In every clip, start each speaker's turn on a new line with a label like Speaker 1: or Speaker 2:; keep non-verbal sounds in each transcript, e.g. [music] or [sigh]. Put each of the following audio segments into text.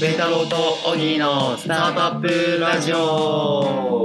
Speaker 1: ペータローとオギーのスタートアップラジオ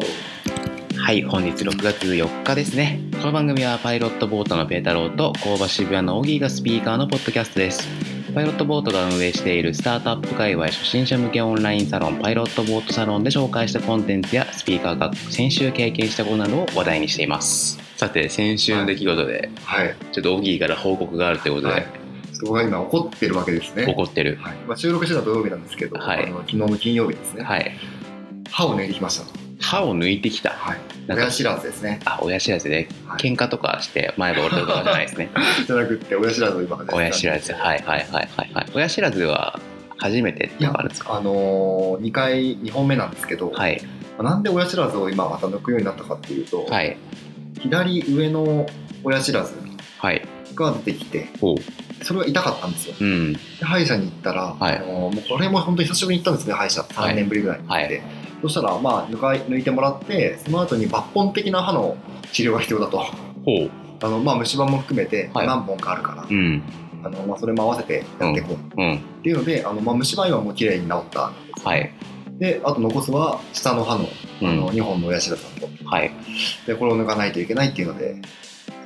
Speaker 1: はい本日6月4日ですねこの番組はパイロットボートのペータローと工場渋谷のオギーがスピーカーのポッドキャストですパイロットボートが運営しているスタートアップ界隈初心者向けオンラインサロンパイロットボートサロンで紹介したコンテンツやスピーカーが先週経験したことなどを話題にしていますさて先週の出来事で
Speaker 2: はい。
Speaker 1: ちょっとオギーから報告があるということで、
Speaker 2: はい。ちょっと僕は今怒ってるわけですね。
Speaker 1: 怒ってる
Speaker 2: はい。まあ、収録してた土曜日なんですけど、
Speaker 1: はい
Speaker 2: あの昨日の金曜日ですね。
Speaker 1: はい
Speaker 2: 歯を抜いてきましたと。
Speaker 1: 歯を抜いてきた
Speaker 2: はい。
Speaker 1: なんか
Speaker 2: 親知らずですね。
Speaker 1: あ親知らずで
Speaker 2: はい
Speaker 1: 喧嘩とかして前歯折れたとかじゃないです [laughs] ね
Speaker 2: じゃなくって親知らずを今から
Speaker 1: 親知らずはいはいはいはいはい親知らずは初めてっていうのがあるんですか
Speaker 2: あのー、2回2本目なんですけど、
Speaker 1: はい
Speaker 2: まあなんで親知らずを今また抜くようになったかっていうと、
Speaker 1: はい
Speaker 2: 左上の親知らず
Speaker 1: はい
Speaker 2: が出てきて
Speaker 1: ほ
Speaker 2: それは痛かったんですよ
Speaker 1: ううん
Speaker 2: で歯医者に行ったら、
Speaker 1: はい
Speaker 2: あのーもうこれも本当に久しぶりに行ったんですね歯医者
Speaker 1: はい
Speaker 2: 3年ぶりぐらいに行って、そしたらまあ抜かい抜いてもらってその後に抜本的な歯の治療が必要だと
Speaker 1: ほう
Speaker 2: あの、まあ、虫歯も含めて
Speaker 1: はい
Speaker 2: 何本かあるから、
Speaker 1: うん
Speaker 2: あのまあ、それも合わせてやっていこう、
Speaker 1: うん
Speaker 2: っていうのであの、まあ、虫歯は今もう綺麗に治った
Speaker 1: はい
Speaker 2: であと残すは下の歯の
Speaker 1: う
Speaker 2: あの
Speaker 1: ん
Speaker 2: 2本の親知らずだと
Speaker 1: はい
Speaker 2: でこれを抜かないといけないっていうので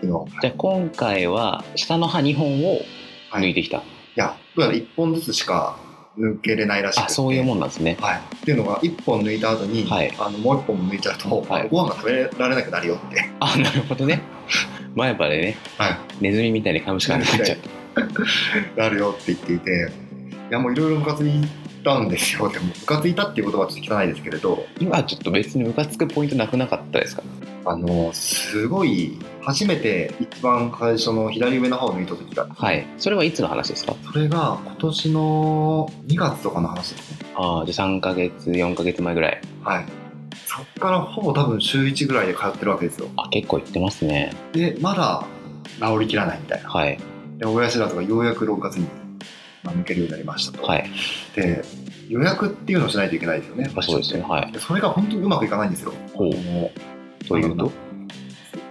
Speaker 2: 昨日
Speaker 1: じゃあ今回は下の歯2本を
Speaker 2: はい
Speaker 1: 抜いてきた、
Speaker 2: いや、どうやら1本ずつしか抜けれないらしくて
Speaker 1: あそういうもんなんですね
Speaker 2: はい。っていうのが、1本抜いた後に、
Speaker 1: はい
Speaker 2: あのもう1本も抜いちゃうと、
Speaker 1: はい
Speaker 2: ご飯が食べられなくなるよって。
Speaker 1: あなるほ [laughs] どね前歯でね
Speaker 2: はい。
Speaker 1: ネズミみたいに噛むしかなくなっちゃう
Speaker 2: なるよって言っていて、いや、もういろいろ部活に行ったんですよ。でも、部活にいたっていう言葉はちょっと汚いですけれど、
Speaker 1: 今ちょっと別にムカつくポイントなくなかったですか
Speaker 2: あの、すごい、初めて一番最初の左上の歯を抜いた時が、
Speaker 1: はいそれはいつの話ですか
Speaker 2: それが今年の2月とかの話ですね。
Speaker 1: ああじゃあ3ヶ月4ヶ月前ぐらい
Speaker 2: はい。そっからほぼ多分週1ぐらいで通ってるわけですよ。
Speaker 1: あ結構いってますね
Speaker 2: でまだ治りきらないみたいな
Speaker 1: はい
Speaker 2: で親知らずがようやく6月にまあ抜けるようになりましたと、
Speaker 1: はい
Speaker 2: で予約っていうのをしないといけないですよね
Speaker 1: あそうですよねはい
Speaker 2: でそれが本当にうまくいかないんですよ
Speaker 1: ほう
Speaker 2: も
Speaker 1: というと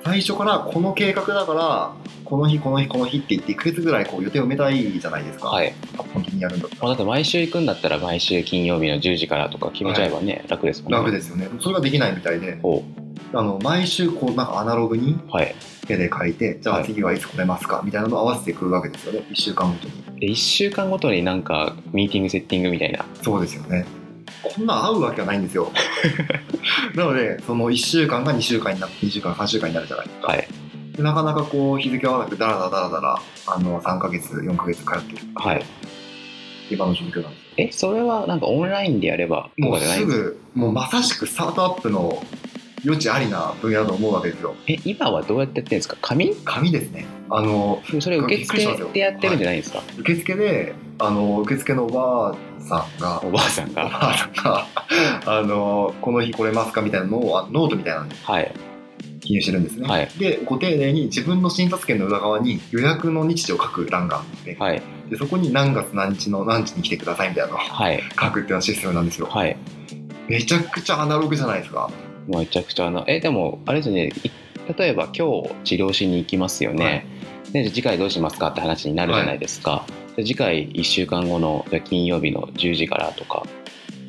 Speaker 2: 最初からこの計画だからこの日この日この日って言って1ヶ月ぐらいこう予定を埋めたいじゃないですか、
Speaker 1: はい
Speaker 2: 抜本的にやるんだった
Speaker 1: まあ
Speaker 2: ら
Speaker 1: だって毎週行くんだったら毎週金曜日の10時からとか決めちゃえばね、楽ですもんね
Speaker 2: 楽
Speaker 1: で
Speaker 2: ですよねそれができないみたいで
Speaker 1: ほ
Speaker 2: あの毎週こうなんかアナログに
Speaker 1: うはい
Speaker 2: 手で書いてじゃ
Speaker 1: は
Speaker 2: あ
Speaker 1: い
Speaker 2: 次はいつ来れますかみたいなのを合わせてくるわけですよね1週間ごとに
Speaker 1: で1週間ごとになんかミーティングセッティングみたいな
Speaker 2: そうですよね。こんなん合うわけがないんです
Speaker 1: [laughs]
Speaker 2: よ。なので、その1週間が2週間になって、2週間、3週間になるじゃないですか。
Speaker 1: はい
Speaker 2: でなかなかこう、日付合わなく、だらだらだらだら、あの、3ヶ月、4ヶ月通ってる。
Speaker 1: はい
Speaker 2: 今の状況なんですよ。
Speaker 1: えそれはなんかオンラインでやればと
Speaker 2: も
Speaker 1: か
Speaker 2: う
Speaker 1: じゃない
Speaker 2: す
Speaker 1: んですか
Speaker 2: ぐ、もうまさしくスタートアップの余地ありな分野だと思うわけですよ。
Speaker 1: え今はどうやってやってるんですか紙
Speaker 2: 紙ですね。あの、
Speaker 1: それ受
Speaker 2: びっくりしま
Speaker 1: 付
Speaker 2: すよ
Speaker 1: でやってるんじゃないんですか、
Speaker 2: 受付で、あの、受付のおばあさんが、 [laughs]
Speaker 1: おばあさん
Speaker 2: お
Speaker 1: が
Speaker 2: ばあさんが、あの、この日来れますかみたいなのを、あノートみたいなのに
Speaker 1: はい
Speaker 2: 記入してるんですね、
Speaker 1: はい
Speaker 2: でご丁寧に自分の診察券の裏側に予約の日時を書く欄があって、
Speaker 1: はい
Speaker 2: でそこに何月何日の何時に来てくださいみたいなのを
Speaker 1: はい
Speaker 2: 書くっていうのはシステムなんですよ、
Speaker 1: はい
Speaker 2: めちゃくちゃアナログじゃないですか
Speaker 1: もうめちゃくちゃあのえでもあれですよねい例えば今日治療しに行きますよね、
Speaker 2: はい
Speaker 1: でじゃあ次回どうしますかって話になるじゃないですか、で次回1週間後のじゃあ金曜日の10時からとか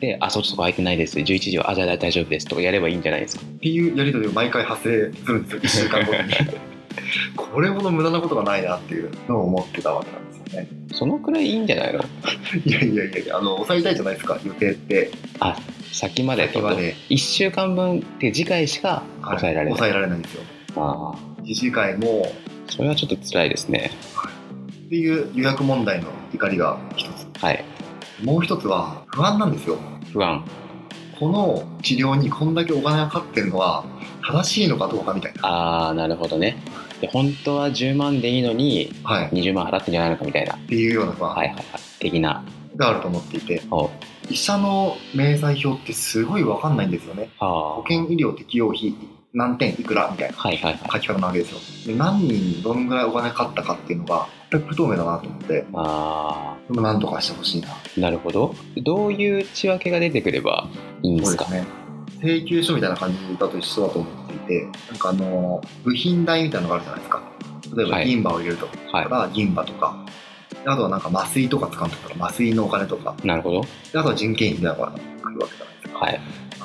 Speaker 1: であそっちとか空いてないです11時はあじゃあ大丈夫ですとかやればいいんじゃないですか
Speaker 2: っていうやり取りを毎回発生するんですよ1週間ご
Speaker 1: [laughs]
Speaker 2: とにこれほど無駄なことがないなっていうのを思ってたわけなんですよね
Speaker 1: そのくらいいいんじゃないの
Speaker 2: いやいやいやいやあの抑えたいじゃないですか予定って
Speaker 1: あ先までって
Speaker 2: 先
Speaker 1: こと
Speaker 2: まで
Speaker 1: 1週間分って次回しか抑えられない、
Speaker 2: 抑えられないんですよ
Speaker 1: ああ
Speaker 2: 次回も
Speaker 1: それはちょっと辛いですね
Speaker 2: っていう予約問題の怒りが一つ
Speaker 1: はい
Speaker 2: もう一つは不安なんですよ
Speaker 1: 不安
Speaker 2: この治療にこんだけお金がかかってるのは正しいのかどうかみたいな、
Speaker 1: ああなるほどねで本当は10万でいいのに
Speaker 2: はい、っ
Speaker 1: 20万払ってんじゃないのかみたいな
Speaker 2: ていうような不
Speaker 1: は
Speaker 2: 安
Speaker 1: いはいはい的な
Speaker 2: があると思っていて、
Speaker 1: お
Speaker 2: 医者の明細表ってすごい分かんないんですよね
Speaker 1: は
Speaker 2: 保険医療適用費何点いくらみたいな
Speaker 1: はいはいはい
Speaker 2: 書き方なわけですよで何人にどのぐらいお金かかったかっていうのが全く不透明だなと思って
Speaker 1: あ
Speaker 2: でも何とかしてほしいな
Speaker 1: ーなるほどどういう内訳が出てくればいいんで
Speaker 2: そう
Speaker 1: す
Speaker 2: で
Speaker 1: か
Speaker 2: すね請求書みたいな感じだと一緒だと思っていてなんかあの部品代みたいなのがあるじゃないですか例えば
Speaker 1: はい
Speaker 2: 銀歯を入れると
Speaker 1: はい
Speaker 2: から銀歯とかあとはなんか麻酔とか使うんだったら麻酔のお金とか
Speaker 1: なるほど。
Speaker 2: であとは人件費だから来るわけじゃないですか、
Speaker 1: はい。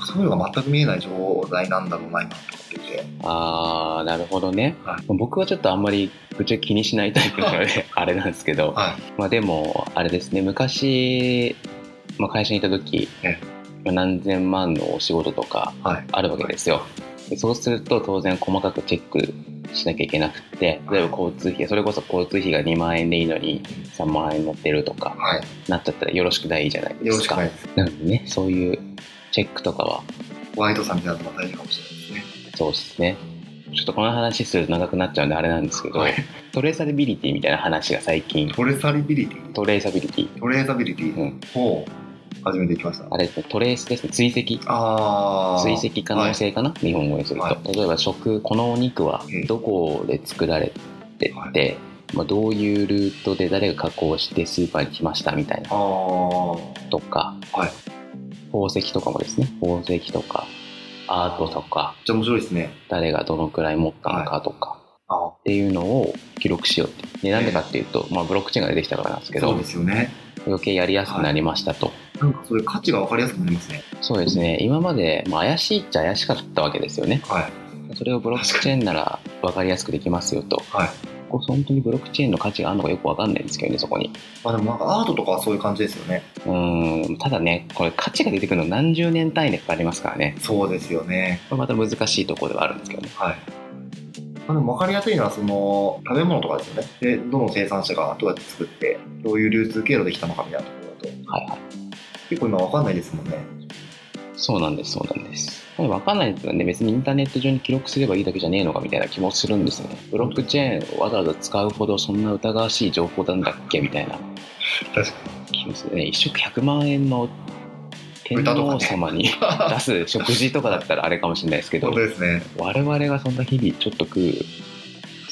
Speaker 2: そういうのが全く見えない状態なんだろうな今と思っていて
Speaker 1: あー、なるほどね。
Speaker 2: はい
Speaker 1: 僕はちょっとあんまりぶっちゃけ気にしないタイプなので、あれなんですけど、
Speaker 2: は
Speaker 1: まあでも、あれですね、昔、まあ、会社にいた時
Speaker 2: え、
Speaker 1: 何千万のお仕事とか
Speaker 2: いはい
Speaker 1: あるわけですよ。でそうすると当然細かくチェックしなきゃいけなくて、例えば交通費、それこそ交通費が2万円でいいのに3万円乗ってるとか、
Speaker 2: は
Speaker 1: なっちゃったらよろしくないじゃない
Speaker 2: い
Speaker 1: で
Speaker 2: よろ
Speaker 1: す
Speaker 2: し
Speaker 1: か。
Speaker 2: くないです
Speaker 1: なのでね、そういうチェックとかは、
Speaker 2: ホワイトさんみたいなのが大事かもしれないで
Speaker 1: そうですね。ちょっとこの話すると長くなっちゃうんであれなんです
Speaker 2: す
Speaker 1: け
Speaker 2: ね
Speaker 1: ど、
Speaker 2: はい
Speaker 1: トレーサビリティみたいな話が最近、
Speaker 2: トレサリビリティ
Speaker 1: トレーサビリティ、
Speaker 2: トレーサビリティ
Speaker 1: うん、
Speaker 2: を始めていきました
Speaker 1: あれですね、トレースですね、追跡。
Speaker 2: ああ
Speaker 1: 追跡可能性かな、日本語にすると、
Speaker 2: は
Speaker 1: 例えば食このお肉は
Speaker 2: うん
Speaker 1: どこで作られてて、
Speaker 2: は
Speaker 1: まあ、どういうルートで誰が加工してスーパーに来ましたみたいな
Speaker 2: あー
Speaker 1: とか、
Speaker 2: はい
Speaker 1: 宝石とかもですね宝石とかアートとか
Speaker 2: じゃあ面白いですね
Speaker 1: 誰がどのくらい持ったのかとか、
Speaker 2: ああ
Speaker 1: っていうのを記録しようってでなんでかっていうと、まあ、ブロックチェーンが出てきたからなんですけ
Speaker 2: そう
Speaker 1: ど
Speaker 2: ですよね
Speaker 1: 余計やりやすくなりましたと、
Speaker 2: なんかそういう価値が分かりやすくなりますね
Speaker 1: そうですね今まで、まあ、怪しいっちゃ怪しかったわけですよね
Speaker 2: はい
Speaker 1: それをブロックチェーンなら分かりやすくできますよと
Speaker 2: はい
Speaker 1: こう本当にブロックチェーンの価値があるのかよく分かんないんですけどねそこに
Speaker 2: まあでもなんかアートとかはそういう感じですよね
Speaker 1: うーんただねこれ価値が出てくるの何十年単位でかかりますからね
Speaker 2: そうですよね
Speaker 1: これまた難しいところではあるんですけどね
Speaker 2: はいまあでも分かりやすいのはその食べ物とかですよねでどの生産者がどうやって作ってどういう流通経路できたのかみたいなところだと
Speaker 1: はいはい
Speaker 2: 結構今分かんないですもんね
Speaker 1: そうなんですそうなんですこれ分かんないですよね別にインターネット上に記録すればいいだけじゃねえのかみたいな気もするんですよねブロックチェーンをわざわざ使うほどそんな疑わしい情報なんだっけみたいな
Speaker 2: 確か
Speaker 1: 気もするね一食100万円の天
Speaker 2: 豚とか
Speaker 1: 皇
Speaker 2: ね
Speaker 1: 様に出す食事とかだったらあれかもしれないですけど
Speaker 2: 本当ですね
Speaker 1: 我々がそんな日々ちょっと食う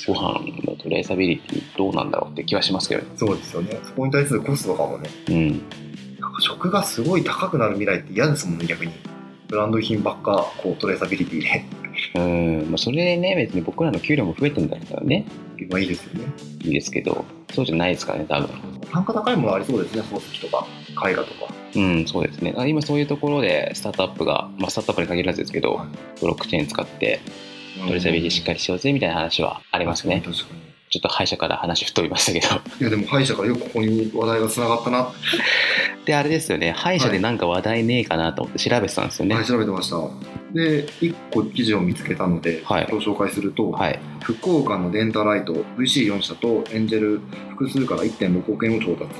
Speaker 1: ご飯のトレーサビリティどうなんだろうって気はしますけどね
Speaker 2: そうですよねそこに対するコストとかもね
Speaker 1: うん
Speaker 2: なんか食がすごい高くなる未来って嫌ですもんね逆にブランド品ばっかこうトレーサビリティで
Speaker 1: うんまあそれでね別に僕らの給料も増えてんだったらね
Speaker 2: 今いいですよね
Speaker 1: いいですけどそうじゃないですからね多分
Speaker 2: 単価高いものありそうですね宝石とか絵画とか
Speaker 1: うんそうですねあ今そういうところでスタートアップが、まあ、スタートアップに限らずですけどブロックチェーン使ってトレーサビリティしっかりしようぜみたいな話はあ
Speaker 2: あ
Speaker 1: りますね
Speaker 2: 確かに
Speaker 1: ちょっと歯医者から話太りましたけど [laughs]
Speaker 2: いやでも歯医者からよくここに話題がつながったなっ
Speaker 1: であれですよね歯医者でなんか話題ねえかなと思って調べてたんですよ
Speaker 2: て、
Speaker 1: ね
Speaker 2: はい、調べてましたで1個記事を見つけたので、
Speaker 1: はい
Speaker 2: ご紹介すると、
Speaker 1: はい
Speaker 2: 福岡のデンタライト VC4 社とエンジェル複数から1.6億円を調達、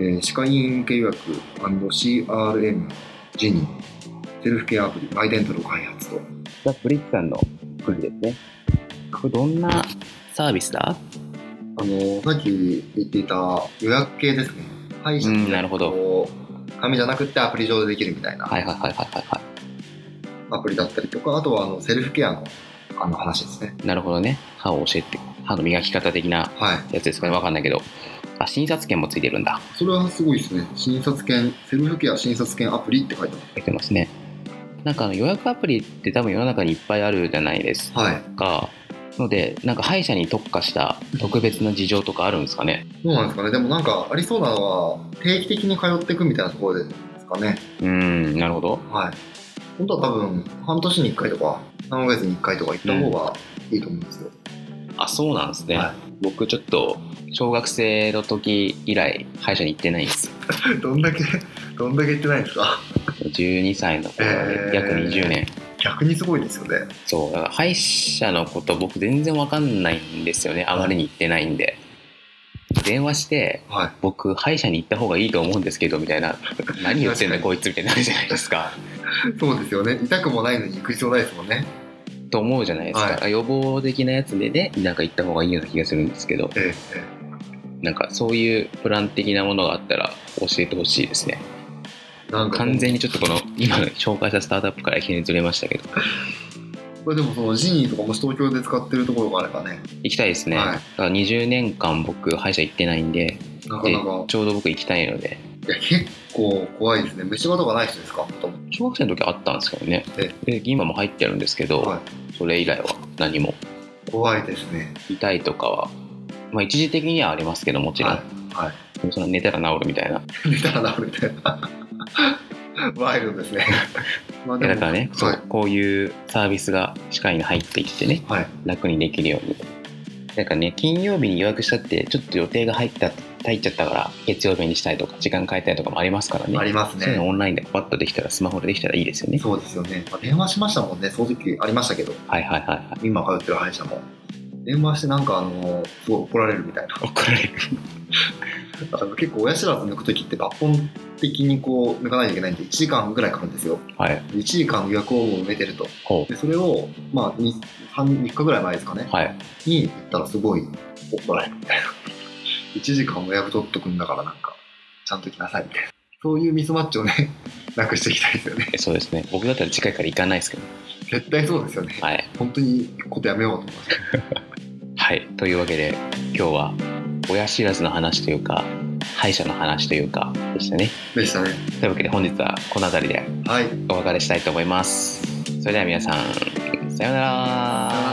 Speaker 2: えー歯科医院契約 &CRM ジニーセルフケアアプリマイデンタルを開発と
Speaker 1: ザ・ブリッツさんの記事ですね。これどんなサービスだ
Speaker 2: あのさっき言っていた予約系ですね歯医者
Speaker 1: うんなるほど
Speaker 2: こう紙じゃなくってアプリ上でできるみたいな、
Speaker 1: はいはいはいはいはいは
Speaker 2: アプリだったりとかあとはあのセルフケアのあの話ですね
Speaker 1: い。なるほどね。歯を教えて、歯の磨き方的な
Speaker 2: はい
Speaker 1: やつですかね。わかんないけど。あ、診察券もついてるんだ。
Speaker 2: それはすごいですね診察券セルフケア診察券アプリって書いてあ
Speaker 1: 書いてますね。なんかあの予約アプリって多分世の中にいっぱいあるじゃないです
Speaker 2: るはい
Speaker 1: か。ので、なんか歯医者に特化した特別な事情とかあるんですかね。
Speaker 2: そうなんですかねでもなんかありそうなのは定期的に通っていくみたいなところですかね
Speaker 1: うーん、なるほど。
Speaker 2: はい本当は多分半年に1回とか3ヶ月に1回とか行った方がいいと思うんですよ、
Speaker 1: あ、そうなんですね。
Speaker 2: は
Speaker 1: 僕ちょっと小学生の時以来歯医者に行ってないんですよ
Speaker 2: い、 [laughs] どんだけどんだけ行ってないんですか
Speaker 1: 12歳の頃で約
Speaker 2: えー
Speaker 1: 20年、
Speaker 2: 逆にすごいですよね
Speaker 1: そうだから歯医者のこと僕全然わかんないんですよねあまりに行ってないんで電話して
Speaker 2: はい
Speaker 1: 僕歯医者に行った方がいいと思うんですけどみたいな
Speaker 2: [laughs]
Speaker 1: 何言ってんだこいつみたいになるじゃないですか
Speaker 2: そうですよね痛くもないのに行く必要ないですもんね
Speaker 1: と思うじゃないですか、予防的なやつでねなんか行った方がいいような気がするんですけど
Speaker 2: ええ
Speaker 1: なんかそういうプラン的なものがあったら教えてほしいですね
Speaker 2: なんか
Speaker 1: 完全にちょっとこの今の紹介したスタートアップからいきなりずれましたけど
Speaker 2: これでもそのジニーとかもし東京で使ってるところがあればね
Speaker 1: 行きたいですね、
Speaker 2: はい
Speaker 1: だから20年間僕歯医者行ってないんで
Speaker 2: なか
Speaker 1: で
Speaker 2: なか
Speaker 1: ちょうど僕行きたいので
Speaker 2: いや結構怖いですね虫歯とかない人ですかもとも
Speaker 1: 小学生の時はあったんですけどね
Speaker 2: え
Speaker 1: で今も入ってるんですけど、
Speaker 2: とは
Speaker 1: それ以来は何も
Speaker 2: い怖いですね
Speaker 1: 痛いとかはまあ、一時的にはありますけどもちろん、
Speaker 2: はいはい
Speaker 1: その寝たら治るみたいな
Speaker 2: 見たら治るみたいな。 [laughs] ワイルドですね。 [laughs] まあ
Speaker 1: いやだからね、そ
Speaker 2: は
Speaker 1: う
Speaker 2: い。
Speaker 1: こういうサービスが歯科医に入ってきてね
Speaker 2: はい。
Speaker 1: 楽にできるようになんかね金曜日に予約したってちょっと予定が入った入っちゃったから月曜日にしたりとか時間変えたりとかもありますからね
Speaker 2: あります
Speaker 1: そういうの
Speaker 2: ね。
Speaker 1: オンラインでパッとできたらスマホでできたらいいですよね
Speaker 2: そうですよね。まあ、電話しましたもんね。掃除機ありましたけど、
Speaker 1: はいはいはいはい
Speaker 2: 今通ってる歯医者も。電話してなんかあのすごい怒られるみたいな。 [laughs]
Speaker 1: 怒られる
Speaker 2: あの結構親知らず抜くときって抜本的にこう抜かないといけないんで1時間ぐらいかかるんですよ。
Speaker 1: はい
Speaker 2: 1時間の予約をもう埋めてると。
Speaker 1: ほう
Speaker 2: で、それをまあ 2, 3, 3日ぐらい前ですかね。
Speaker 1: はい
Speaker 2: に行ったらすごい怒られるみたいな。1時間も役取っとくんだからなんか、ちゃんと来なさいみたいな。そういうミスマッチをね、 [laughs] なくしていきたいですよね。
Speaker 1: えそうですね僕だったら次回から行かないですけど
Speaker 2: 絶対そうですよね。
Speaker 1: はい
Speaker 2: 本当にことやめようと思いました。
Speaker 1: はいというわけで今日は親知らずの話というか歯医者の話というかでしたね
Speaker 2: でしたね。
Speaker 1: というわけで本日はこの辺りで
Speaker 2: はい。
Speaker 1: お別れしたいと思いますそれでは皆さんさようなら